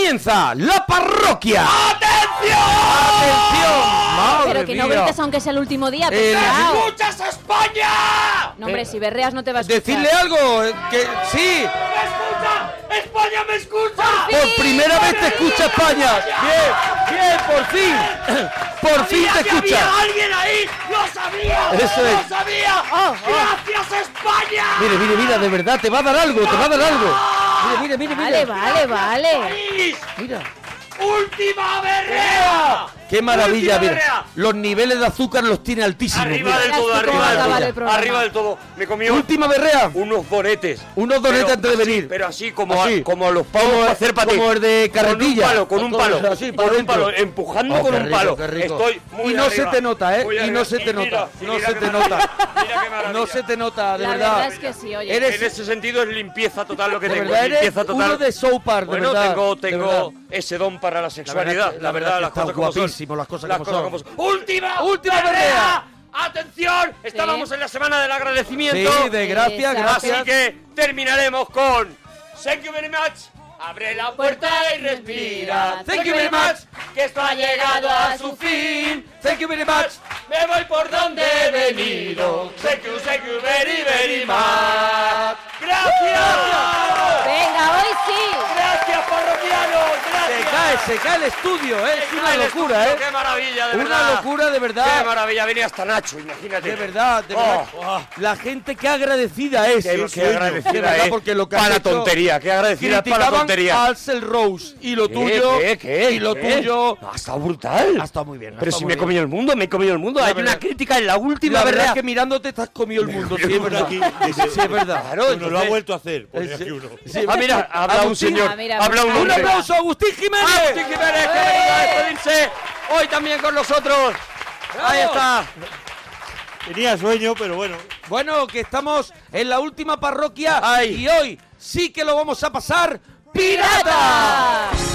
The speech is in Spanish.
comienza la parroquia. ¡Atención! ¡Atención! ¡Madre Pero que no mía! grites aunque sea el último día. Eh, pesado. ¡Escuchas España! No, hombre, si berreas no te vas a escuchar. Decidle algo, eh, que sí, ¡Me escucha! ¡España me escucha! fin! por primera vez te escucha España. Bien, bien, por fin. Por fin ¡Sabía te que escucha. Había alguien ahí! ¡Lo sabía! Eso ¡Lo es. Ah, sabía! ¡Gracias España! Mire, mire, mira, de verdad, te va a dar algo, te va a dar algo. Mire, mire, mire, Vale, mira. vale, vale. ¡País! Mira. ¡Última berrea! Qué maravilla, ¡Última mira. berrea! Los niveles de azúcar los tiene altísimos. Arriba mira. del todo, Ya sé arriba cómo va a acabar del todo. el programa. Arriba del todo. Me comí un- Última berrea. unos donetes. Unos donetes Pero antes de así, venir. Pero así, como, Así. A, como a los palos Como para el- hacer patín. como el de carretilla. Con un palo, con un palo. Así, por con un dentro. palo, empujando Oh, con qué un rico, palo. qué rico. Estoy muy Y no arriba. se te nota, ¿eh? Muy Y arriba. no se te Y mira, nota, y no mira se qué te maravilla. nota. Mira qué maravilla. No se te nota, de La verdad. verdad es que sí, oye. Eres- En ese sentido es limpieza total lo que De tengo. verdad, eres limpieza total. uno de South Park, de bueno, verdad, tengo, de tengo verdad. ese don para la verdad sexualidad. que- la verdad La verdad, que las está cosas como son. guapísimo, las cosas como son. ¡Última! ¡Última ¡Última berrea! berrea! ¡Atención! Estábamos en la semana del agradecimiento. Sí, de gracias, Exacto. gracias. Así que terminaremos con Thank you very much. Abre la puerta y respira. Thank you very much. Que esto ha llegado a su fin. Thank you very much. Me voy por donde he venido. Thank you, thank you very, very much. ¡Gracias! Venga, hoy sí. ¡Gracias, parroquianos! Se ¡Gracias! cae, se cae el estudio, ¿eh? Es una locura, ¿eh? ¡Qué maravilla, de verdad! Una locura de ¡Qué verdad. maravilla! Venía hasta Nacho, imagínate. De verdad, de verdad. Oh. La gente que agradecida es. Qué, Sí, qué sí, agradecida, de verdad, eh. porque lo que has para hecho- tontería, qué agradecida para Criticaban tontería. a Axel Rose y lo ¿Qué, tuyo qué, qué, y lo qué? tuyo. No, ha estado brutal. Ha estado muy bien, ha Pero estado si muy me he bien. comido el mundo, me he comido el mundo. La Hay verdad- una crítica en la última la verdad berrea. es que mirándote estás comido el mundo, sí es Uno verdad. aquí, Sí, sí, es verdad. Claro, Uno lo ha entonces- vuelto a hacer. ponía Sí. aquí uno. Sí, Ah, mira, habla un Agustín. señor. Ah, mira, habla un Agustín. Un hombre. aplauso a Agustín Jiménez. ¡Eh! Agustín Jiménez, que ha venido a despedirse hoy también con nosotros. Ahí está. Tenía sueño, pero bueno. Bueno, que estamos en la última parroquia Ay. y hoy sí que lo vamos a pasar pirata. ¡Pirata!